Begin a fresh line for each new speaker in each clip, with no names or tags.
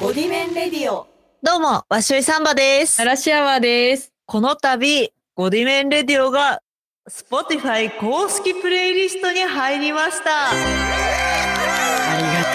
ボディメンレディオ。
どうも、わっしょいサンバです
ア。ラシアワーです。
この度、ゴディメンレディオが Spotify 公式プレイリストに入りました。
あ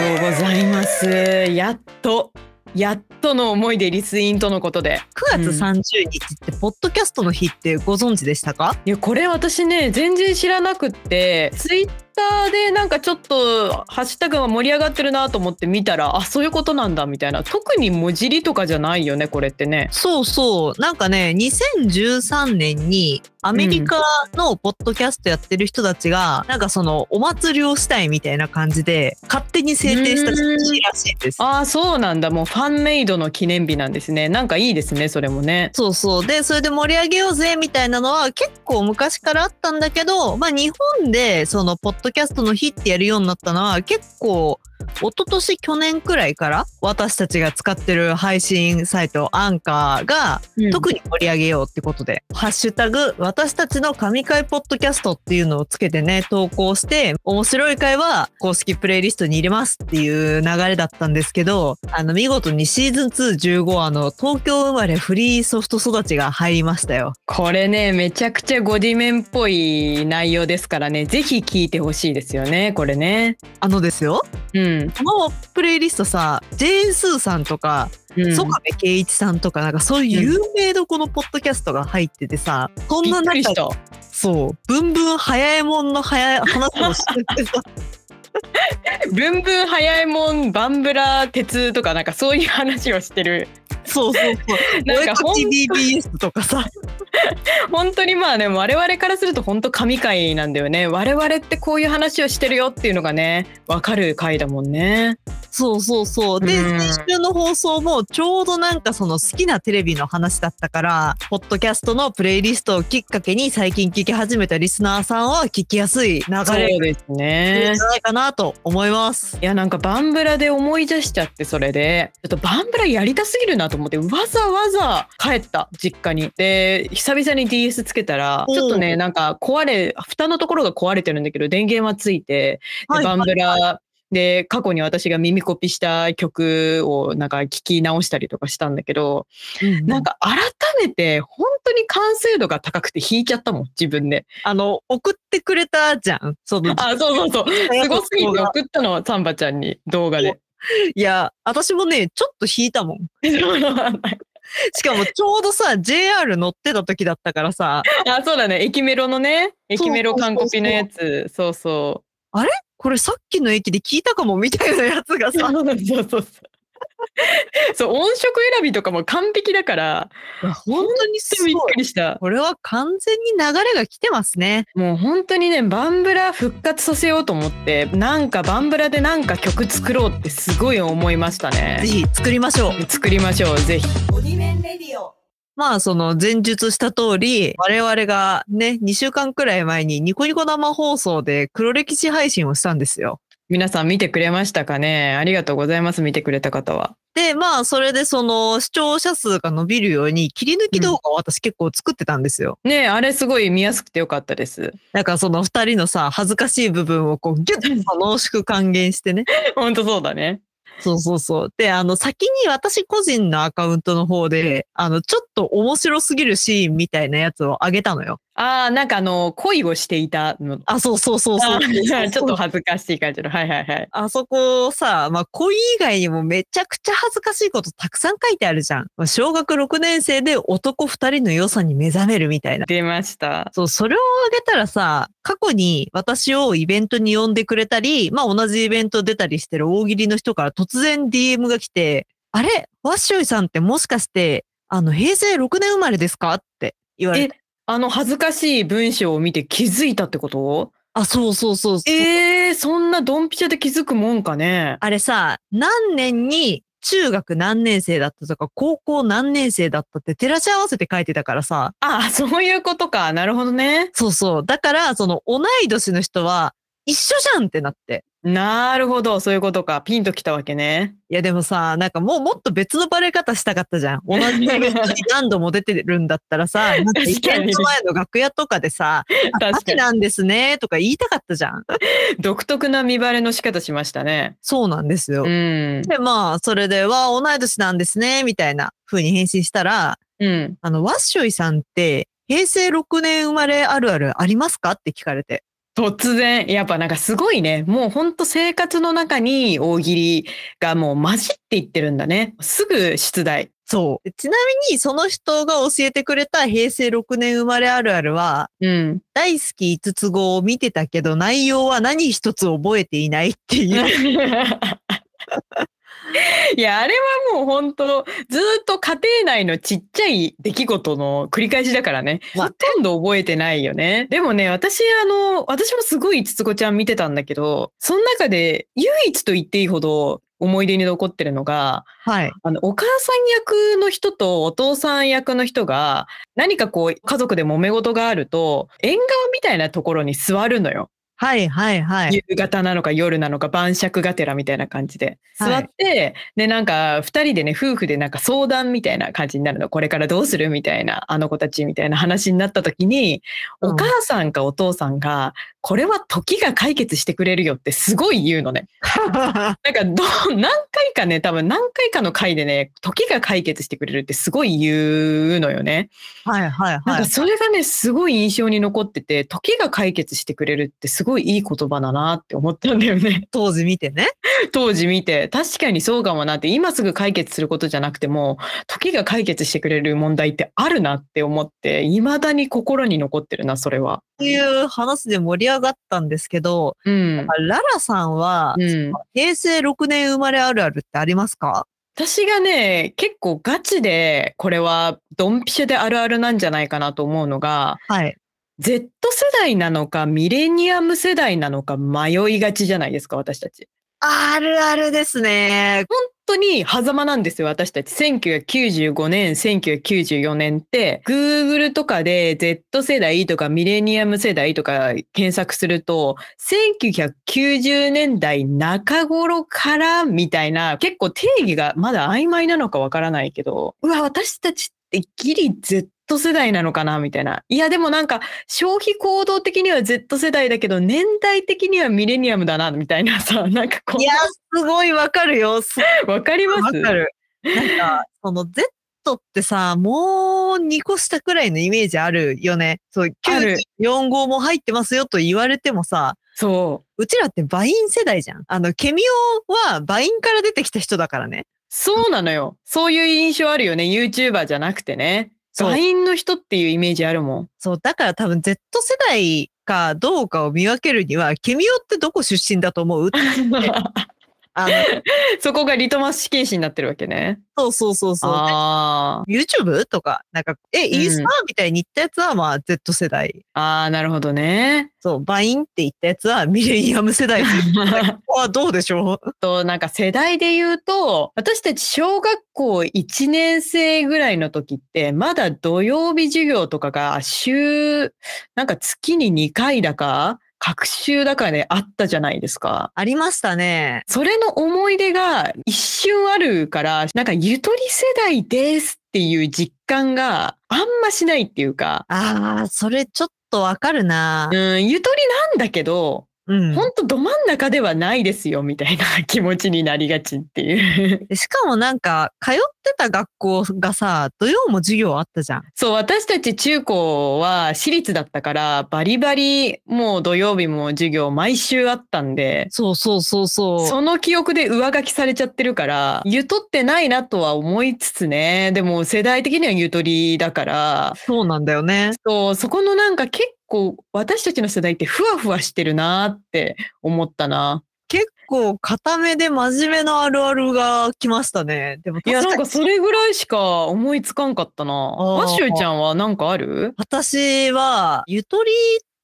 りがとうございます。やっと、やっとの思いでリスインとのことで。
9月
うん
30日って、ポッドキャストの日ってご存知でしたか
いや、これ私ね、全然知らなくって、ツイッターでなんかちょっと、ハッシュタグが盛り上がってるなと思って見たら、あ、そういうことなんだみたいな。特に文字りとかじゃないよね、これってね。
そうそう。なんかね、2013年にアメリカのポッドキャストやってる人たちが、なんかそのお祭りをしたいみたいな感じで、勝手に制定した日らしいです。
ああ、そうなんだ。もうファンメイドの記念日なんですね。なんかいいですね、それもね。
そうそう。で、それで盛り上げようぜみたいなのは結構昔からあったんだけど、まあ日本でそのポッドキャストの日ってやるようになったのは結構一昨年去年くらいから私たちが使ってる配信サイトアンカーが特に盛り上げようってことで、ハッシュタグ私たちの神回ポッドキャストっていうのをつけてね、投稿して、面白い回は公式プレイリストに入れますっていう流れだったんですけど、あの、見事にシーズン2 15話の東京生まれフリーソフト育ちが入りましたよ。
これね、めちゃくちゃゴディメンっぽい内容ですからね、ぜひ聞いてほしいですよね、これね。
あのですよ、
うん。
このプレイリストさ、ジェーン・スーさんとか、
うん
曽我部圭一さんとか、なんかそういう有名どこのポッドキャストが入っててさ、そん
びっ
な
く
中
り
で
した。
そう、ブンブン早えもんの早い話をしててさ、
ブンブン早いもん、バンブラ、鉄とかなんかそういう話をしてる。
そうそうそう。
な
お
ん
え
か
こ
ほん
ち BBS とかさ。
本当にまあね、我々からすると本当神回なんだよね。我々ってこういう話をしてるよっていうのがね、わかる回だもんね。
そうそうそう。で、
うん
先週の放送もちょうどなんかその好きなテレビの話だったから、ポッドキャストのプレイリストをきっかけに最近聞き始めたリスナーさんは聞きやすい流
そう
れ
です
なん
ね
じ。ゃないかなと思います。
いやなんかバンブラで思い出しちゃってそれでちょっとバンブラやりたすぎるなと思ってわざわざ帰った実家にで久々に DS つけたら
おう
ちょっとねなんか壊れ蓋のところが壊れてるんだけど電源はついて
は
で
い
バンブラで過去に私が耳コピした曲をなんか聞き直したりとかしたんだけどなんか改めて本当に完成度が高くて弾いちゃったもん自分で
あの、送ってくれたじゃん。その、
あそうそうそうすごすぎて
い
送ったのサンバちゃんに動画で。
や、私もね、ちょっと引いたもん。 しかもちょうどさ、JR 乗ってた時だったからさ、
あ、そうだね。駅メロのね。駅メロ
そうそうそう
完コピのやつ。そうそ
これさっきの駅で聞いたかもみたいなやつが
う。
さ、
そうそうそうそう。 そう音色選びとかも完璧だから
本当にすご
び
い
っ。くりした
これは完全に流れが来てますね。
もう本当にねバンブラ復活させようと思ってなんかバンブラでなんか曲作ろうってすごい思いました
ぜ
ね
ひ作りましょう。
作りましょうぜひ
ボディメンレディオ。
まあその前述した通り、我々がね、2週間くらい前にニコニコ生放送で黒歴史配信をしたんですよ。
皆さん見てくれましたかねありがとうございます見てくれた方は
で、まあそれでその視聴者数が伸びるように切り抜き動画を私結構作ってたんですよ。
ねえあれすごい見やすくてよかったです
だからその二人のさ、恥ずかしい部分をこうギュッと濃縮還元してね。
本当そうだね
そうそうそう。で、あの、先に私個人のアカウントの方で、あの、ちょっと面白すぎるシーンみたいなやつをあげたのよ。
ああなんかあの恋をしていたの
あ、そうそうそうそう。
あーちょっと恥ずかしい感じの。はいはいはい。
あそこさ、まあ、恋以外にもめちゃくちゃ恥ずかしいことたくさん書いてあるじゃん。まあ、小学6年生で男2人の良さに目覚めるみたいな。
出ました。
そう、それをあげたらさ、過去に私をイベントに呼んでくれたり、まあ、同じイベント出たりしてる大喜利の人から突然 DM が来て、あれワッショイさんってもしかして、あの、平成6年生まれですかって言われ
え
て。、
あの恥ずかしい文章を見て気づいたってこと
あ、そうそうそうそう。
えー、そんなドンピシャで気づくもんかね。
あれさ、何年に中学何年生だったとか、高校何年生だったって照らし合わせて書いてたからさ、
あ あ、そういうことか。なるほどね。
そうそう。だから、その同い年の人は、一緒じゃんってなって。
なるほど、そういうことか。ピンときたわけね。
いやでもさ、なんかもうもっと別のバレ方したかったじゃん。同じメニューに何度も出てるんだったらさ、なんかイベント前の楽屋とかでさ、あ
確か
秋
に。
なんですねとか言いたかったじゃん。
独特な見バレの仕方しましたね。
そうなんですよ。
うん。
で、まあ、それでは同い年なんですね、みたいな風に返信したら、
うん。
あの、ワッショイさんって、平成6年生まれあるあるありますかって聞かれて。
突然、やっぱなんかすごいね。もうほんと生活の中に大喜利がもう混じっていってるんだね。すぐ出題。
そう。ちなみに、その人が教えてくれた平成6年生まれあるあるは、
うん。
大好き5つ語を見てたけど、内容は何一つ覚えていないっていう。
いや、あれはもう本当ずーっと家庭内のちっちゃい出来事の繰り返しだからね。
まあ
ほとんど覚えてないよね。でもね、私、あの、私もすごいつつこちゃん見てたんだけど、その中で唯一と言っていいほど思い出に残ってるのが、
はい。
あの、お母さん役の人とお父さん役の人が、何かこう、家族で揉め事があると、縁側みたいなところに座るのよ。
はいはい はい。
夕方なのか夜なのか晩酌がてらみたいな感じで
はい
座って、でなんか2人でね夫婦でなんか相談みたいな感じになるのこれからどうするみたいなあの子たちみたいな話になった時に、
うん
お母さんかお父さんがこれは時が解決してくれるよってすごい言うのね。なんかどう何回かね多分何回かの回でね時が解決してくれるってすごい言うのよね。
はいはい
なん
は
か
い。
それがね、すごい印象に残ってて、時が解決してくれるってすごいいい言葉だなって思ったんだよね。
当時見てね。
当時見て、確かにそうかもなって、今すぐ解決することじゃなくても、時が解決してくれる問題ってあるなって思って、未だに心に残ってるな、それは。
こういう話で盛り上がったんですけど、
うん。
ララさんは、
うん、
平成6年生まれあるあるってありますか
私がね、結構ガチで、これはドンピシャであるあるなんじゃないかなと思うのが、
はい。
Z 世代なのか、ミレニアム世代なのか迷いがちじゃないですか、私たち。
あるあるですね。
本当に狭間なんですよ、私たち。1995年、1994年って、Google とかで Z 世代とかミレニアム世代とか検索すると、1990年代中頃からみたいな、結構定義がまだ曖昧なのかわからないけど、うわ、私たちってギリ Z 世代なのかなみたいな。いや、でもなんか、消費行動的には Z 世代だけど、年代的にはミレニアムだな、みたいなさ、なんかこ
いや、すごいわかるよ。す
う、わかり
ごい
ま
わ
す
かる。なんか、その Z ってさ、もう2個下くらいのイメージあるよね。そう、
ある
945も入ってますよと言われてもさ、
そう。
うちらってバイン世代じゃん。あの、ケミオはバインから出てきた人だからね。
そうなのよ。そういう印象あるよね。YouTuber じゃなくてね。
そう
LINE の人っていうイメージある もん。
そう、だから多分 Z 世代かどうかを見分けるには、ケミオってどこ出身だと思う あの、
そこがリトマス試験紙になってるわけね。
そうそうそうそう。
あ
YouTube? とか、なんか、え、インスタみたいに言ったやつは、まあ、Z 世代。
あ。ああ、なるほどね。
そう、バインって言ったやつは、ミレニアム世代。 ここはどうでしょう
と、なんか世代で言うと、私たち小学校1年生ぐらいの時って、まだ土曜日授業とかが週、なんか月に2回だか、各週だかであったじゃないですか。
ありましたね。
それの思い出が一瞬あるから、なんかゆとり世代ですっていう実感があんましないっていうか、
ああ、それちょっとわかるな。
うん、ゆとりなんだけど、
うん。
ほんとど真ん中ではないですよみたいな 気持ちになりがちっていう。
でしかもなんか、通ってた学校がさ、土曜も授業あったじゃん。
そう、私たち中高は私立だったから、バリバリもう土曜日も授業毎週あったんで、
そうそうそうそう。
その記憶で上書きされちゃってるから、ゆとってないなとは思いつつね、でも世代的にはゆとりだから、
そうなんだよね。
そう、そこのなんか結構私たちの世代ってふわふわしてるなーって思ったな。
結構固めで真面目なあるあるが来ましたね。でも
いや、
確か
なん
に
かそれぐらいしか思いつかんかった
ー
な。ワッシュイちゃんはなんかある
私は、ゆとり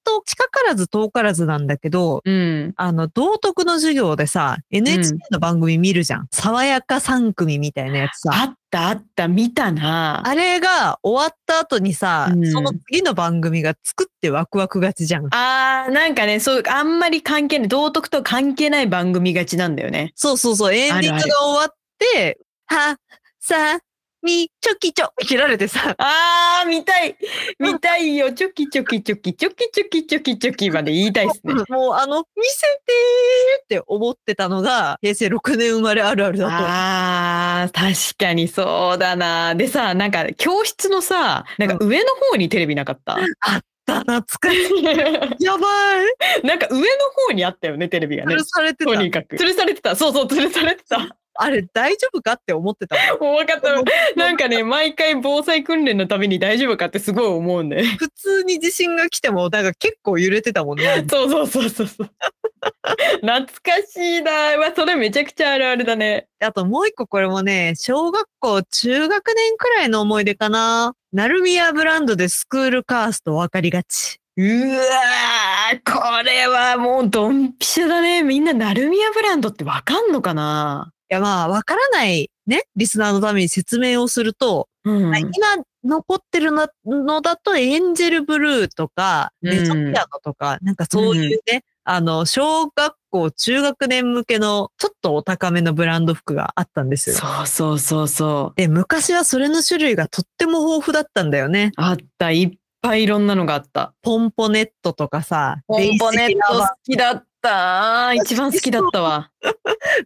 と近からず遠からずなんだけど、
うん。
あの、道徳の授業でさ、NHK の番組見るじゃん。爽やか3組みたいなやつさ。
あったあった、見たな。
あれが終わった後にさ、
うん
その次の番組が作ってワクワクがちじゃん。
あー、なんかね、そう、あんまり関係ない、道徳とは関係ない番組がちなんだよね。
そうそうそう、エンディングが終わって、は、さ、み、ちょきちょ、切られてさ、
あー、見たい見たいよチョキチョキチョキチョキチョキチョキチョキまで言いたいっすね。
もうあの、見せてーって思ってたのが、平成6年生まれあるあるだと。
あー、確かにそうだな。でさ、なんか教室のさ、なんか上の方にテレビなか った、
だな、疲れ、やばい。
なんか上の方にあったよね、テレビがね
吊る。されてた
と。にかく。吊るされてた。そうそう、吊るされてた。
あれ、大丈夫かって思ってた。
もう分かった。なんかね、毎回防災訓練のために大丈夫かってすごい思うんだよね。
普通に地震が来ても、なんか結構揺れてたもんね。
そうそうそうそうそう。懐かしいな。うわ、それめちゃくちゃあるあるだね。
あともう一個これもね、小学校、中学年くらいの思い出かな。ナルミアブランドでスクールカースト分かりがち。
うわー、これはもうドンピシャだね。みんな、ナルミアブランドってわかんのかない
やまあ、わからないね、リスナーのために説明をすると、
うん。
まあ今残ってるののだとエンジェルブルーとか、
うん
メゾピアノとか、なんかそういうね、あの、小学校、中学年向けのちょっとお高めのブランド服があったんですよ。
そうそうそうそう。
で、昔はそれの種類がとっても豊富だったんだよね。
あった。いっぱいいろんなのがあった。
ポンポネットとかさ、ベイシックラバー
きだった。一番好きだったわ。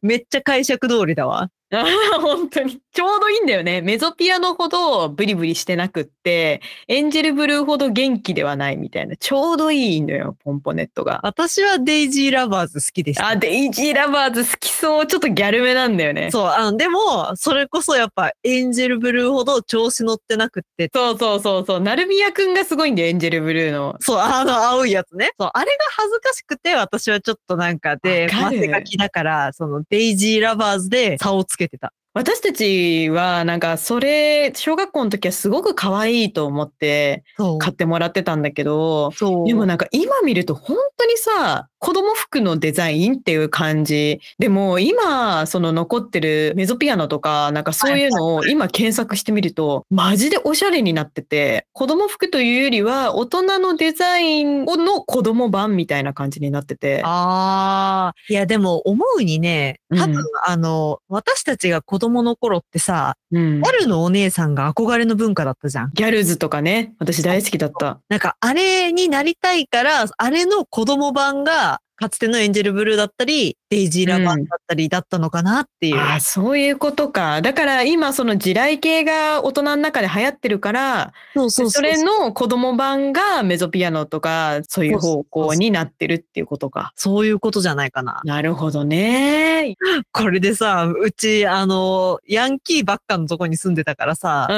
めっちゃ解釈通りだわ。
ああ、本当に。ちょうどいいんだよね。メゾピアノほどブリブリしてなくって、エンジェルブルーほど元気ではないみたいな。ちょうどいいのよ、ポンポネットが。
私はデイジーラバーズ好きでした。
あ、デイジーラバーズ好きそう。ちょっとギャルめなんだよね。
そう、あの、でも、それこそやっぱエンジェルブルーほど調子乗ってなくって、
そうそうそうそう。なるみやくんがすごいんだよ、エンジェルブルーの。
そう、あの、青いやつね。そう、あれが恥ずかしくて、私はちょっとなんかで、
わかる
汗かきだから、その、デイジーラバーズで差をつけてた。
私たちは、なんか、それ、小学校の時はすごく可愛いと思って
そう
買ってもらってたんだけど、
そう。
でもなんか今見ると本当にさ、子供服のデザインっていう感じ。でも今、その残ってるメゾピアノとか、なんかそういうのを今検索してみると、マジでおしゃれになってて、子供服というよりは大人のデザインの子供版みたいな感じになってて。
ああ。いや、でも思うにね、多分、
うん
あの、私たちが子供の頃ってさ、
うん
ギャルのお姉さんが憧れの文化だったじゃん。
ギャルズとかね、私大好きだった。
なんか、あれになりたいから、あれの子供版が、かつてのエンジェルブルーだったり、デイジーラバーズだったりだったのかなっていう。
ああ、そういうことか。だから今その地雷系が大人の中で流行ってるから、
そうそうそう
それの子供版がメゾピアノとかそういう方向になってるっていうことか。
そういうことじゃないかな。
なるほどね。
これでさ、うち、あの、ヤンキーばっかのとこに住んでたから
う
さ、
ん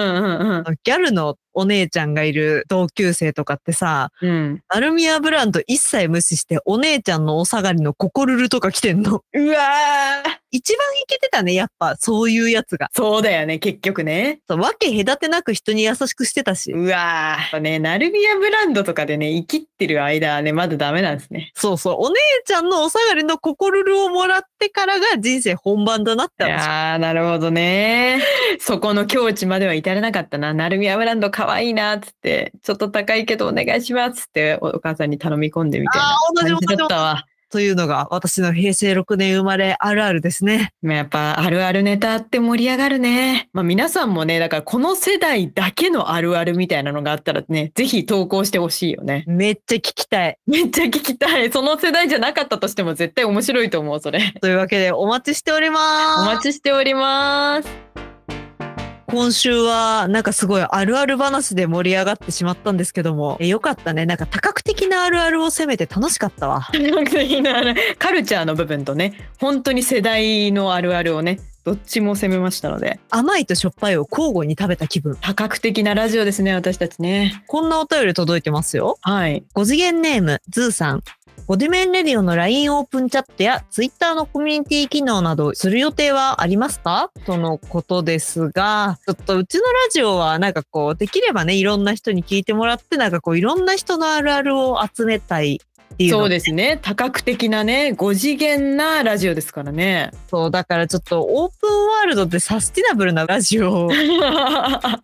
うん
ギャルのお姉ちゃんがいる同級生とかってさ、
うん。うん、
アルミアブランド一切無視してお姉ちゃんのお下がりのココルルとか着てんの。
うわー
一番いけてたね、やっぱ、そういうやつが。
そうだよね、結局ね。
そうわけ隔てなく人に優しくしてたし。
うわーやっぱね、ナルミアブランドとかでね、生きってる間はね、まだダメなんですね。
そうそう、お姉ちゃんのお下がりのココルルをもらってからが人生本番だなっ
い
て話。
やー、なるほ どね。そこの境地までは至らなかったな。ナルミアブランド可愛いなっつって、ちょっと高いけどお願いしますっつって、おお母さんに頼み込んでみたい
あ
な
ー同じ
感じだったわ。
というのが私の平成6年生まれあるあるですね。
まあやっぱあるあるネタって盛り上がるね。まあ皆さんもね、だからこの世代だけのあるあるみたいなのがあったらね、ぜひ投稿してほしいよね。
めっちゃ聞きたい。
めっちゃ聞きたい。その世代じゃなかったとしても絶対面白いと思う、それ。
というわけでお待ちしております。
お待ちしております。
今週はなんかすごいあるある話で盛り上がってしまったんですけども、えよかったね。なんか多角的なあるあるを攻めて楽しかった わ。
カルチャーの部分とね、本当に世代のあるあるをね、どっちも攻めましたので、
甘いとしょっぱいを交互に食べた気分。
多角的なラジオですね、私たちね。
こんなお便り届いてますよ。
はい。
5次元ネーム、ズーさん。ゴディメンレディオの LINE オープンチャットや Twitter のコミュニティ機能などする予定はありますかとのことですが、ちょっとうちのラジオはなんかこう、できればね、いろんな人に聞いてもらって、なんかこう、いろんな人のあるあるを集めたいっていうの
そ
が
うですね多角的なね5次元なラジオですから ね
そうだからちょっとオープンワールドでサスティナブルなラジオを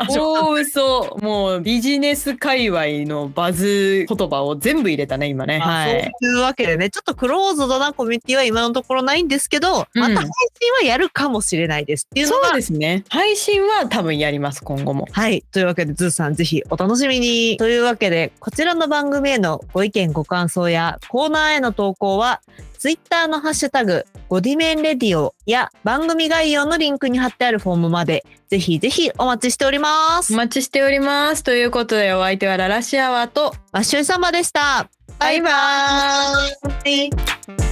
大嘘もうビジネス界隈のバズ言葉を全部入れたね今ね
は
はいい、
というわけでねちょっとクローズドなコミュニティは今のところないんですけど、
うん
また配信はやるかもしれないですっていうの
そう
が
ですね配信は多分やります今後も
はい。というわけで、ズーさん、ぜひお楽しみに。というわけで、こちらの番組へのご意見、ご感想やコーナーへの投稿は、ツイッターのハッシュタグ、ボディメンレディオや番組概要のリンクに貼ってあるフォームまで、ぜひぜひお待ちしております。
お
ま、
待ちしておりますということでお相手はララシアワと
マッシュイ様でした。バイバーイ